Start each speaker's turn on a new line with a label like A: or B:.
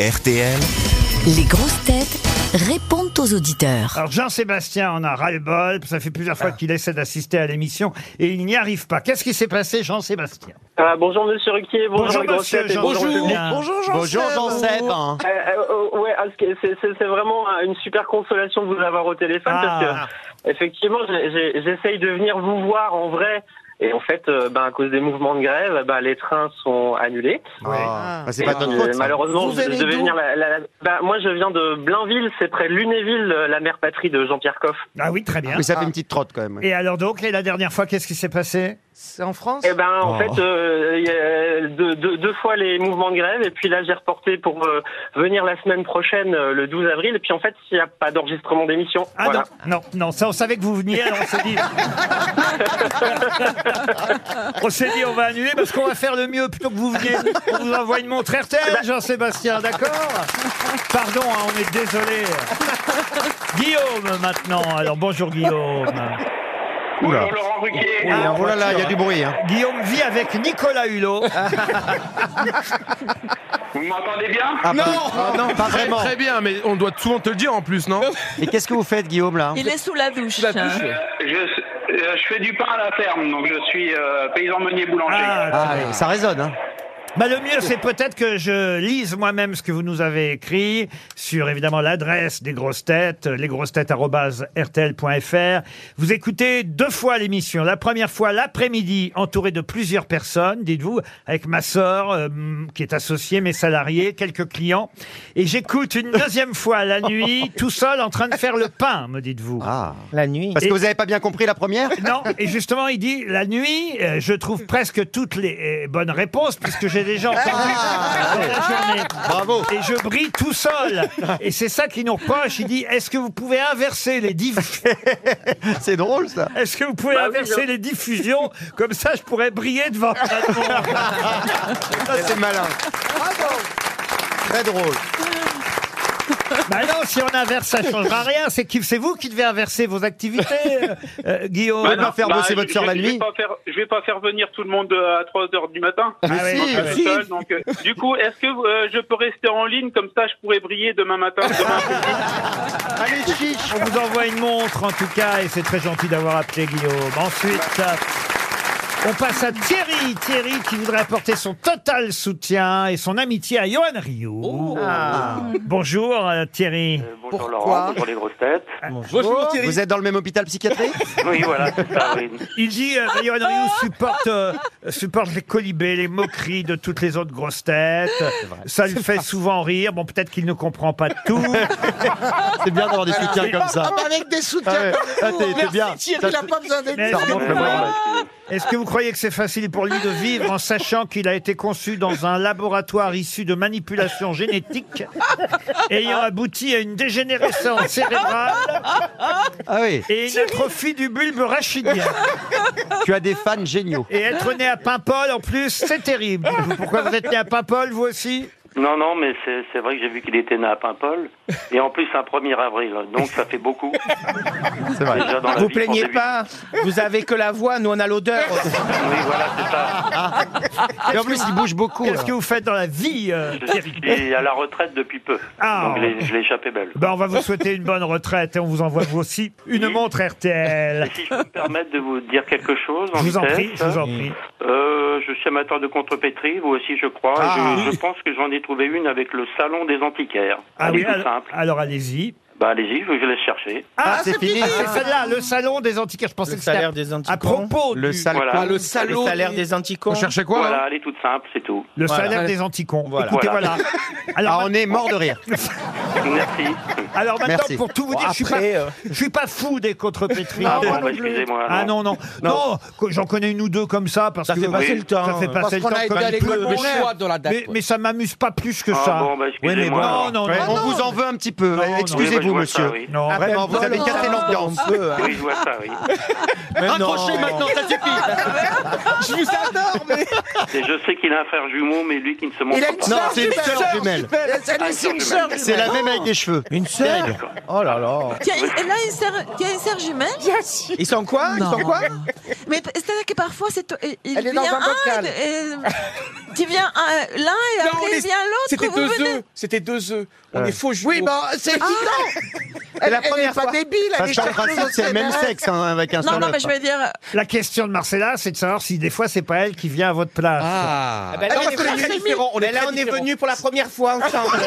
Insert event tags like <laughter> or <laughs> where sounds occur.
A: RTL.
B: Les grosses têtes répondent aux auditeurs.
C: Alors Jean-Sébastien en a ras-le-bol, ça fait plusieurs
D: Ah.
C: fois qu'il essaie d'assister à l'émission et il n'y arrive pas. Qu'est-ce qui s'est passé Jean-Sébastien
D: Ah, bonjour Monsieur Ruquier, bonjour, les grosses têtes et
C: Jean-
D: bonjour, le public.
C: Julien.
E: Bonjour Jean-Seb. Ah.
D: Euh, euh, euh, ouais, ah, c'est- c'est c'est- c'est vraiment euh, une super consolation de vous avoir au téléphone parce
C: Ah,
D: que effectivement, j'ai- j'ai- j'essaye de venir vous voir en vrai. Et en fait, euh, ben, à cause des mouvements de grève, ben, les trains sont annulés.
E: Ah, bah, c'est
D: Et
E: pas de notre
D: puis,
E: faute. ça.
D: Euh, malheureusement,
E: Vous
D: je
E: allez
D: devais
E: d'où
D: venir. La, la- la- ben, moi, je viens de Blainville, c'est près de Lunéville, euh, la mère patrie de Jean-Pierre Coff.
C: Ah oui, très bien.
E: Mais ça fait une petite trotte quand même.
C: Et alors donc, et la dernière fois, qu'est-ce qui s'est passé
F: C'est en France
D: Eh ben, en
E: Oh.
D: fait, euh, il y a deux, deux- deux fois les mouvements de grève, et puis là, j'ai reporté pour euh, venir la semaine prochaine, euh, le 12 avril, et puis en fait, il n'y a pas d'enregistrement d'émission.
C: Ah
D: Voilà.
C: non, non, non, ça on savait que vous veniez, alors on s'est
E: <laughs>
C: dit... on s'est dit on va annuler parce qu'on va faire le mieux plutôt que vous veniez. On vous envoie une
E: Eh
C: montre
E: ben.
C: RTL, Jean-Sébastien, d'accord Pardon, hein, on est désolé. Guillaume maintenant, alors bonjour Guillaume.
E: Oula.
D: Laurent Ruquier.
E: Oh là, oh là là, il y a du bruit. Hein.
C: Guillaume vit avec Nicolas Hulot.
E: Ah,
D: Vous m'entendez bien
E: Ah, pas- ah, non, pas vraiment.
G: Très bien, mais on doit souvent te le dire en plus, non
E: Et qu'est-ce que vous faites, Guillaume, là
H: Il est sous la douche.
D: je,
I: euh,
D: fais du pain à la ferme, donc je suis paysan meunier boulanger.
C: Ah,
E: Ah, oui, ça résonne. Hein.
C: Bah, le mieux, c'est peut-être que je lise moi-même ce que vous nous avez écrit sur, évidemment, l'adresse des grosses têtes, euh, lesgrossetêtes.rtl.fr. Vous écoutez deux fois l'émission. La première fois, l'après-midi, entouré de plusieurs personnes, dites-vous, avec ma sœur, euh, qui est associée, mes salariés, quelques clients. Et j'écoute une deuxième fois la nuit, tout seul, en train de faire le pain, me dites-vous.
E: Ah.
F: La nuit.
E: Parce
C: Et-
E: que vous avez pas bien compris la <laughs> première
C: Non, et justement, il dit, la nuit, euh, je trouve presque toutes les euh, bonnes réponses, puisque j'ai déjà entendu dans la journée.
E: Ah, Bravo.
C: Et je brille tout seul. Et c'est ça qu'il nous reproche. Il dit, est-ce que vous pouvez inverser les diff-
E: C'est drôle, ça.
C: Est-ce que vous pouvez
D: Bah oui,
C: inverser
D: je-
C: les diffusions Comme ça, je pourrais briller devant plein de monde.
E: Ça, Ah, c'est malin. Très drôle.
C: Bah non, si on inverse, ça changera rien. C'est qui- c'est vous qui devez inverser vos activités, euh, euh, Guillaume.
E: Bah, non. faire bosser votre sœur la nuit.
I: Je vais, pas faire, je vais pas faire venir tout le monde euh, à 3 heures du matin.
C: Ah ouais,
E: si,
C: ah ouais.
I: tout seul, donc, euh, du coup, est-ce que euh, je peux rester en ligne comme ça, je pourrais briller demain matin. demain-
E: Allez, chiche.
C: On vous envoie une montre en tout cas et c'est très gentil d'avoir appelé Guillaume. Ensuite, on passe à Thierry. Thierry qui voudrait apporter son total soutien et son amitié à Johan Rio. Bonjour euh, Thierry.
D: bonjour
F: Pourquoi Laurent, bonjour
D: les grosses têtes.
F: Bonjour Thierry.
E: Vous êtes dans le même hôpital psychiatrique
D: Oui, voilà, c'est ça,
C: Il dit euh, Johan Rioux supporte, euh, supporte les colibés, les moqueries de toutes les autres grosses têtes. Ça lui fait souvent rire. Bon, peut-être qu'il ne comprend pas tout.
E: <laughs> C'est bien d'avoir des soutiens comme ça.
F: avec des soutiens.
E: Ah ouais. Ah, t'es- t'es
F: Merci,
E: bien.
F: Thierry,
E: Ça-
F: il a pas besoin d'être.
C: Mais
E: Ça
C: est-ce que-
E: remonte Ah, le moral.
D: Ah
C: Est-ce que vous croyez que c'est facile pour lui de vivre en sachant qu'il a été conçu dans un laboratoire issu de manipulations génétiques, ayant abouti à une dégénérescence cérébrale
E: Ah oui,
C: et une atrophie du bulbe rachidien
E: tu as des fans géniaux.
C: Et être né à Paimpol, en plus, c'est terrible. Dites-vous, Pourquoi vous êtes né à Paimpol, vous aussi
D: Non, non, mais c'est c'est vrai que j'ai vu qu'il était né à Paimpol. Et en plus, un 1er avril. Donc, ça fait beaucoup.
E: <laughs> C'est vrai.
D: Déjà dans la
F: Vous
D: vie, en
F: plaignez
D: début-
F: pas, vous avez que la voix, nous on a l'odeur.
D: Oui, voilà, c'est ça.
E: Et en plus, il bouge beaucoup.
C: Qu'est-ce
E: là.
C: que vous faites dans la vie, euh, Thierry
D: Je suis à la retraite depuis peu.
C: Ah.
D: Donc, je l'ai- je l'ai échappé belle.
C: ben, On va vous souhaiter une bonne retraite et on vous envoie, vous aussi, une montre RTL.
D: Et si je peux me permettre de vous dire quelque chose en
C: Je vous en
D: vitesse,
C: prie, je vous en prie.
D: euh, je suis amateur de contrepétrie, vous aussi je crois.
E: Ah.
D: Je, je pense que j'en ai trouvé une avec le salon des antiquaires.
C: Ah
D: Elle
C: oui,
D: est tout
C: alors,
D: simple.
C: alors allez-y.
D: Bah allez-y, je, je laisse chercher.
E: Ah, c'est fini.
C: Ah, c'est celle-là, le salon des antiquaires. Je pensais
F: Le
C: que c'était
F: salaire des anticons.
C: à
H: Oh,
C: propos
E: Le
C: du-
E: sale
D: Voilà.
E: con.
D: Ah, le
F: Le salaire des anticons.
G: On cherchait quoi
D: voilà,
G: là
D: elle est toute simple, c'est tout.
C: Le
F: Voilà.
C: salaire des anticons.
F: Voilà.
C: Écoutez, voilà.
F: <laughs>
C: Alors,
E: Ah, on est mort de rire.
D: Merci.
C: alors maintenant,
E: Merci.
C: pour tout vous dire, je suis pas,
F: Après, euh,
C: je suis pas fou
F: <laughs>
C: des contrepétries.
D: Ah bon, bah, excusez-moi.
C: Ah non, non. Non, que- j'en connais une ou deux comme ça. Parce
F: Ça
C: que
F: fait passer
D: oui.
F: le temps.
C: Ça fait passer le
F: qu'on
C: temps
F: a été
C: comme
F: à
C: il
F: l'école
C: pleut.
F: pour rien.
C: mais, mais ça m'amuse pas plus que
D: Ah,
C: ça.
D: bon, bah excusez-moi.
C: non, non,
E: Ouais,
C: non.
E: on vous en veut un petit
C: Non,
E: peu.
C: non.
D: Oui, bah, je
E: Excusez-vous,
D: vois
E: monsieur.
D: ça, oui.
C: Non,
E: Ah,
C: vraiment,
E: vraiment, vous avez
F: ben, Voilà.
E: cassé l'ambiance.
F: On peut, hein.
D: Oui, je vois ça, oui.
E: Accrochez maintenant, ça suffit.
F: Je vous adore, mais
D: Et je sais qu'il a un frère jumeau, mais lui qui ne se montre
F: il a
D: pas.
F: une
E: Non,
F: sœur
E: c'est une
F: jumelle.
E: sœur jumelle.
F: Elle a une sœur jumelle.
E: C'est la même même avec des cheveux.
F: Une sœur Oh là là
A: Qui a, elle a une sœur, qui a une sœur jumelle
F: Ils sont quoi
E: Ah,
F: Ils sont
A: Non.
F: quoi
A: Mais c'est-à-dire que parfois, c'est, il il
F: Elle est dans
A: vient
F: un bocal.
A: et- tu viens un- l'un et
H: Non,
A: après
H: on est-
A: il vient l'autre.
H: C'était
A: vous
H: deux
A: venez-
H: œufs. C'était deux œufs. On
E: Ouais.
H: est faux jumeaux.
F: Oui, bah, c'est
E: C'est la
F: Elle est
E: première
F: pas
E: fois.
F: débile, elle est
E: Parce qu'en principe, c'est le même sexe hein, avec un
A: Non,
E: seul
A: non, mais
E: œuf.
A: je veux dire,
C: La question de Marcella, c'est de savoir si des fois c'est pas elle qui vient à votre place.
F: Ah.
H: Ah, bah là, on est très différents. On est
F: là,
H: très
F: on est
H: différents.
F: venus pour la première fois ensemble.